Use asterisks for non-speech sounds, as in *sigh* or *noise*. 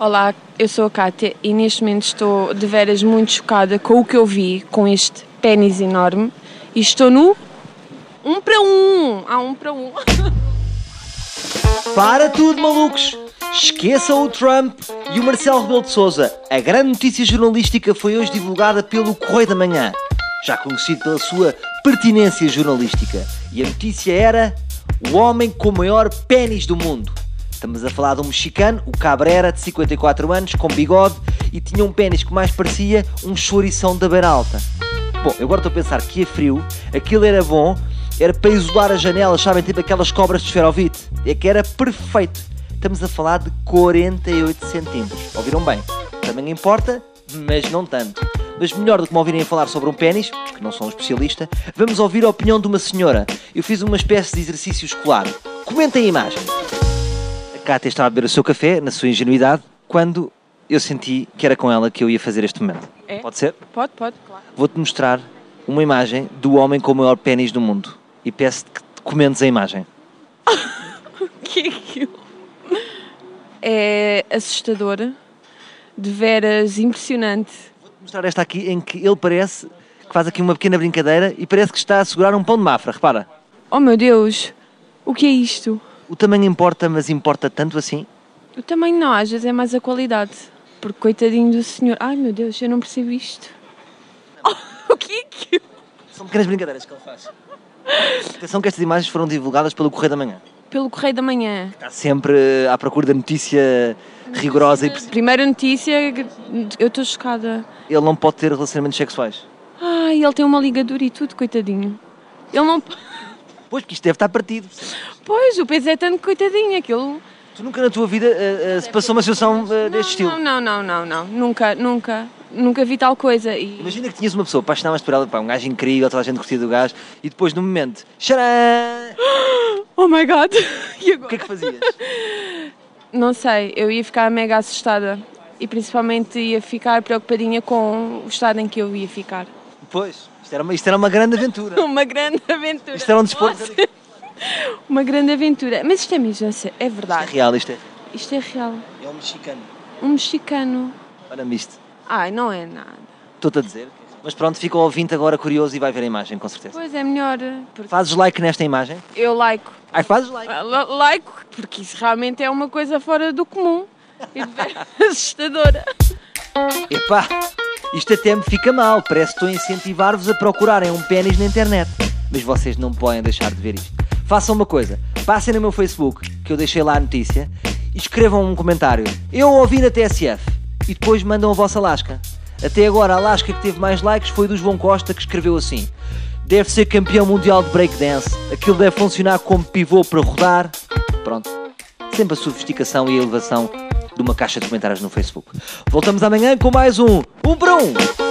Olá, eu sou a Kátia e neste momento estou de veras muito chocada com o que eu vi com este pênis enorme e estou no um para um, há um para um. *laughs* Para tudo, malucos! Esqueçam o Trump e o Marcelo Rebelo de Souza. A grande notícia jornalística foi hoje divulgada pelo Correio da Manhã, já conhecido pela sua pertinência jornalística. E a notícia era o homem com o maior pênis do mundo. Estamos a falar de um mexicano, o Cabrera, de 54 anos, com bigode e tinha um pênis que mais parecia um chourição da beira alta. Bom, eu agora estou a pensar que é frio, aquilo era bom, era para isolar as janelas, sabem, tipo aquelas cobras de esferovite. É que era perfeito. Estamos a falar de 48 centímetros. Ouviram bem? Também importa, mas não tanto. Mas melhor do que me ouvirem falar sobre um pênis, porque não sou um especialista, vamos ouvir a opinião de uma senhora. Eu fiz uma espécie de exercício escolar. Comentem a imagem. A Cátia estava a beber o seu café, na sua ingenuidade, quando eu senti que era com ela que eu ia fazer este momento. É? Pode ser? Pode, pode, claro. *laughs* Vou-te mostrar uma imagem do homem com o maior pênis do mundo e peço-te que te comentes a imagem. que é que eu... É assustador, de veras impressionante. Vou-te mostrar esta aqui em que ele parece que faz aqui uma pequena brincadeira e parece que está a segurar um pão de mafra, repara. Oh meu Deus, o que é isto? O tamanho importa, mas importa tanto assim? O tamanho não, às vezes é mais a qualidade. Porque coitadinho do senhor. Ai meu Deus, eu não percebo isto. *laughs* Oh, o que é que eu... São pequenas brincadeiras que ele faz. Atenção que estas imagens foram divulgadas pelo Correio da Manhã. Pelo Correio da Manhã. Está sempre eh, à procura da notícia rigorosa e precisa. Primeira notícia, eu estou chocada. Ele não pode ter relacionamentos sexuais. Ai, ele tem uma ligadura e tudo, coitadinho. Ele não. Pois, porque isto deve estar partido. Pois, o peso é tanto coitadinho, aquilo. Tu nunca na tua vida eh, eh, se passou uma situação eh, deste estilo. Não, não, não, não, não. Nunca, nunca. Nunca vi tal coisa. E... Imagina que tinhas uma pessoa, apaixonavas por ela, pá, um gajo incrível, toda a gente curtia do gajo, e depois, num momento, xará! Oh my god! *laughs* E O agora? que é que *laughs* fazias? Não sei, eu ia ficar mega assustada. E principalmente ia ficar preocupadinha com o estado em que eu ia ficar. *laughs* Pois, isto era uma, isto era uma grande aventura. Uma grande aventura. Isto era um desporto. Nossa. *laughs* Uma grande aventura. Mas isto é mesmo, assim, é É verdade. real, isto é. Isto é real. É um mexicano. Um mexicano. Olha-me isto. Ai, não é nada. Estou-te a dizer. Mas pronto, fica o ouvinte agora curioso e vai ver a imagem, com certeza. Pois é melhor. Porque Fazes like nesta imagem? eu laico. Ai, fazes like. Laico, Ah, porque isso realmente é uma coisa fora do comum. E de ver- *laughs* assustadora. Epá, isto até me fica mal. Parece que estou a incentivar-vos a procurarem um pênis na internet. Mas vocês não podem deixar de ver isto. Façam uma coisa. Passem no meu Facebook, que eu deixei lá a notícia, e escrevam um comentário. Eu ouvi na TSF. E depois mandam a vossa lasca. Até agora, a lasca que teve mais likes foi do João Costa, que escreveu assim. Deve ser campeão mundial de breakdance. Aquilo deve funcionar como pivô para rodar. Pronto sempre a sofisticação e a elevação de uma caixa de comentários no Facebook. Voltamos amanhã com mais um Um para Um!